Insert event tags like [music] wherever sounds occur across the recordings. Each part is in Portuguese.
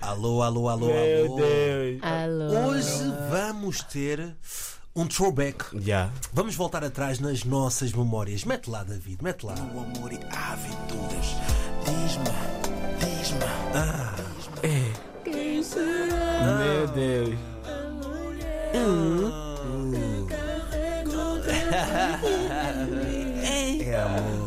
Alô, alô, alô, Meu alô. Deus. Alô. Hoje vamos ter um throwback. Já. Vamos voltar atrás nas nossas memórias. Mete lá, David, mete lá. O amor e há aventuras. Diz-me, diz-me. Ah, Meu Deus. É amor.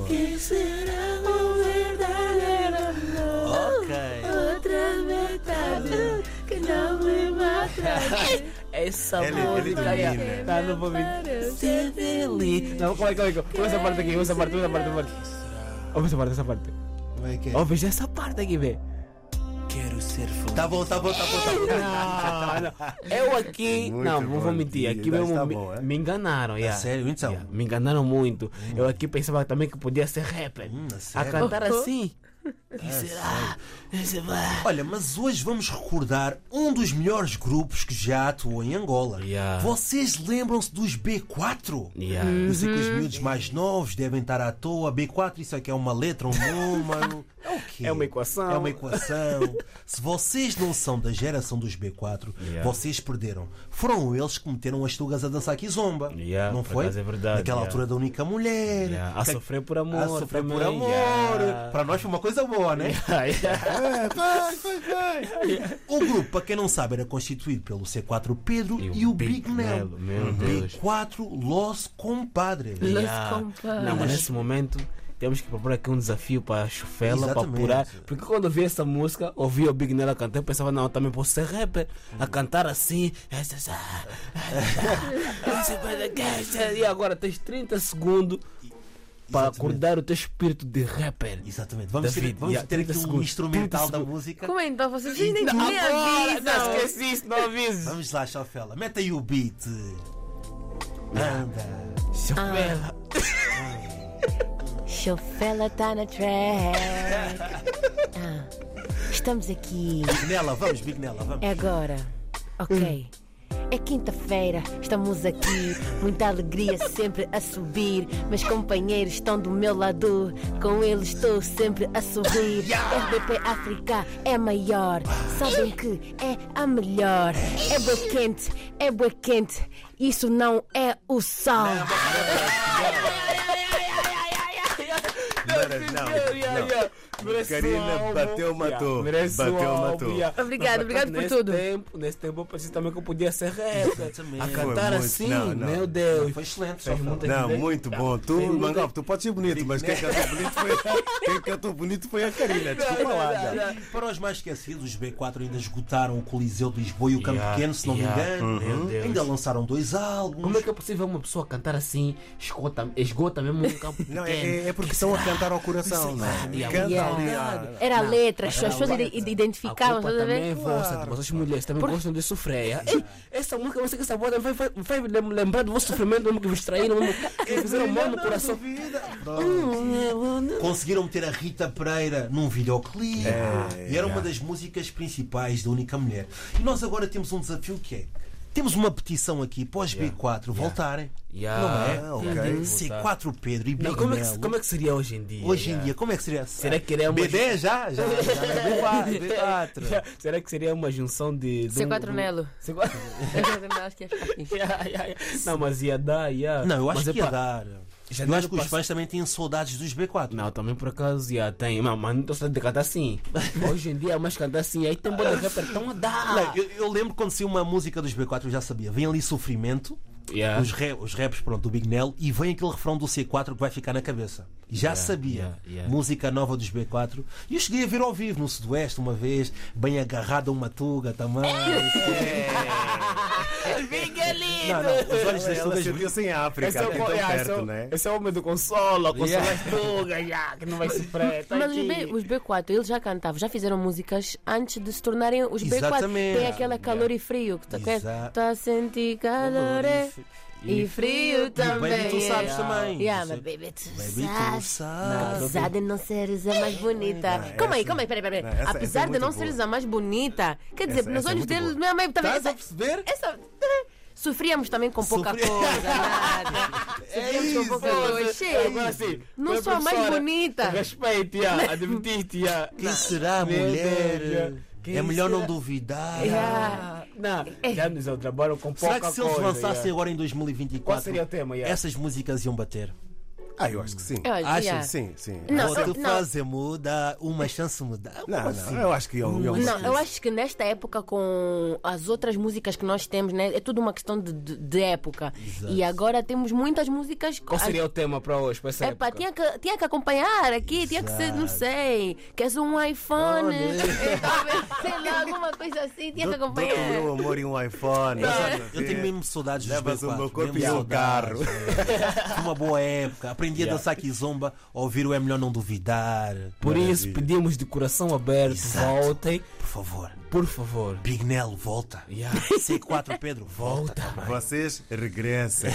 Ok. Essa Ele- ele música aí. domina. ó. Tá, não vou vir. Ser dele. Não, calma aí, calma aí. Ouve essa parte aqui, ouve essa parte, ouve essa parte, ouve essa parte. Ouve essa parte, essa parte. Como é que é? Ouve essa parte aqui, vê. Quero ser feliz. Tá bom, tá bom, tá bom. Tá bom. Ah, não. Eu aqui. Muito não, não vou bom, mentir. Aqui Dias, mesmo tá me, bom, é? me enganaram. yeah. sério? Então? Yeah, Me enganaram muito. Eu aqui pensava também que podia ser rapper. Hum, é a sério? cantar Uhum. assim. E será? E será? Olha, mas hoje vamos recordar um dos melhores grupos que já atuou em Angola. Yeah. Vocês lembram-se dos B4? Yeah. Eu sei que os miúdos mais novos devem estar à toa. B4, isso aqui é uma letra, um número. É o quê? É uma equação. É uma equação. Se vocês não são da geração dos B4, Yeah. vocês perderam. Foram eles que meteram as tugas a dançar aqui zomba. Yeah, não por foi? acaso é verdade, Naquela yeah. altura da única mulher. Yeah, A Que- sofrer por a amor. sofrer por também, amor. yeah. [laughs] Para nós foi uma coisa boa, né? É, Yeah, [laughs] yeah. Vai, vai, vai. O grupo, para quem não sabe, era constituído pelo C4 Pedro e, o Big, Mel. Mel, meu Deus. B4 Los Compadres. Los Yeah. compadres. Não, mas nesse momento temos que propor aqui um desafio para a chufela, para Exatamente. apurar. Porque quando eu vi essa música, ouvi o Big Nela cantar, eu pensava, não, eu também posso ser rapper. A Uhum. cantar assim. [laughs] essa- essa- essa- E agora tens 30 segundos para Exatamente. acordar o teu espírito de rapper. Exatamente. Vamos ter, David, vamos yeah, ter 30 aqui um segundos. instrumental 30 da segundos. música. Como é então? Vocês nem me Não, agora, não avisam. esqueci isso, não aviso. Vamos lá, Chofela. Mete aí o beat. Anda. Chufela. Chofela tá [laughs] na track. Ah, estamos aqui. Nela, vamos, Big Nela, vamos. É agora. Ok. É quinta-feira, estamos aqui, muita alegria sempre a subir. Meus companheiros estão do meu lado, com eles estou sempre a subir. RBP África é maior, sabem que é a melhor. É bué quente, é bué quente, isso não é o sol. Karina bateu, matou. bateu, matou. Obrigada, obrigado por nesse tudo. Tempo, nesse tempo eu pensei também que eu podia ser rapper. Exatamente. A Foi cantar muito, assim, não, não. meu Deus. Foi excelente, Fez Chofela. muita Não, ideia. muito bom. Tu, Mangop, tu podes ser bonito, mas quem cantou bonito foi, quem cantou bonito foi a Karina. Desculpa lá. já. Para os mais esquecidos, os B4 ainda esgotaram o Coliseu de Lisboa e o Campo Yeah, Pequeno, se não yeah. me engano. Meu Deus. Ainda lançaram dois álbuns. Como é que é possível uma pessoa cantar assim, esgota, esgota mesmo um campo Não, é, pequeno? é- é porque estão a cantar ao coração, não é? Yeah, Canta um yeah. ali. ah. Era a letra, as pessoas letra. ide- A identificavam, culpa estás a também ver? é vossa, de vocês mulheres também gostam de sofrer. é? Ei, Essa música, você que essa boda vai, vai, vai lem- lembrar do vosso sofrimento, mesmo que vos traíram, mesmo que fizeram mal no um coração. é Conseguiram meter a Rita Pereira num videoclipe É, e era uma das músicas principais da Única Mulher. E nós agora temos um desafio que é. Temos uma petição aqui para É. os B4 voltarem. é? Yeah. Ah, ok. C4 Pedro e Big Não, como, é Melo. que, como é que seria hoje em dia? Hoje em yeah? dia, como é que seria? Será que seria uma... Bebê já? Já, já, é [laughs] já. Bebê, bebê, quatro. Yeah. Será que seria uma junção de. de um- C4 um- Nelo. C4 [laughs] Yeah, yeah, yeah. Não, mas ia dar, ia. Não, eu acho Mas, é que ia epá, dar. Eu janeiro acho que os passa- fãs também têm saudades dos B4. Não, também por acaso ia, tem. Não, mas não estou de cantar [laughs] assim. Hoje em dia, mas cantar assim. Aí tem boa de rapper, então a dar. Não, eu, eu lembro quando saiu uma música dos B4, eu já sabia. Vem ali sofrimento, É? Yeah. os, re, os raps pronto, do Big Nel, e vem aquele refrão do C4 que vai ficar na cabeça. É, Já sabia. yeah, yeah. Música nova dos B4. E eu cheguei a ver ao vivo no Sudoeste uma vez, bem agarrado a uma tuga também. É. [laughs] Fica lindo! não, não, os olhos das Ela tugas sentiu-se em assim, "Ah, África, Esse é, aqui o, tão yeah, esse é perto, o- não é? esse é o homem do consolo, consola né? Yeah. as tugas, yeah, que não vai sofrer. tá Mas os, aqui. B, os B4, eles já cantavam, já fizeram músicas antes de se tornarem os B4. Exatamente. Tem aquela calor e frio que tu queres. Exato. Tá a sentir calor é, e frio E o também. baby, tu é. sabes também. Yeah, Você- mas baby, tu Baby, tu sabes. sabes. Apesar de não seres a mais bonita. calma aí, calma aí, peraí, peraí. Não, essa- essa Apesar é de não muito boa. seres a mais bonita, quer dizer, Essa- nos essa é olhos muito deles, boa. minha mãe também. Estás a Essa, perceber? essa- [laughs] sofríamos também com pouca Sofri- coisa, nada. É Sofríamos com pouca coisa. Chega. Agora sim, Não minha sou a mais professora, bonita. [laughs] Respeite, yeah, admite, yeah. tá. Quem será a Meu Deus, mulher? yeah. Quem É melhor não duvidar. Yeah. Não, já nos trabalham com pouca Será que se eles coisa, é. lançassem yeah. agora em 2024 Qual seria o tema, yeah? essas músicas iam bater? Ah, eu acho que sim. Eu acho, Achas? yeah. Sim, sim. Não, Vou eu- te não. fazer mudar, uma chance assim? mudar. Não, não, eu acho que é um, eu, eu, Não, eu acho que nesta época, com as outras músicas que nós temos, né, é tudo uma questão de, de- de época. E agora temos muitas músicas. Qual seria o tema para hoje? Para essa É pá, época? tinha que, tinha que acompanhar aqui, tinha que ser, não sei, queres um iPhone, [laughs] Talvez, sei lá, alguma coisa assim, tinha que Dou- Dou-te o acompanhar. meu amor e um iPhone. Eu tenho mesmo saudades dos Levas B4, o meu corpo mesmo e o saudades, é. Foi uma boa época. Aprendi a dançar kizomba, a ouvir o É Melhor Não Duvidar. Por isso pedimos de coração aberto, Exato. voltem, Por favor, por favor. Big Nel, [laughs] volta. Yeah. C4 Pedro, volta. Vocês regressem.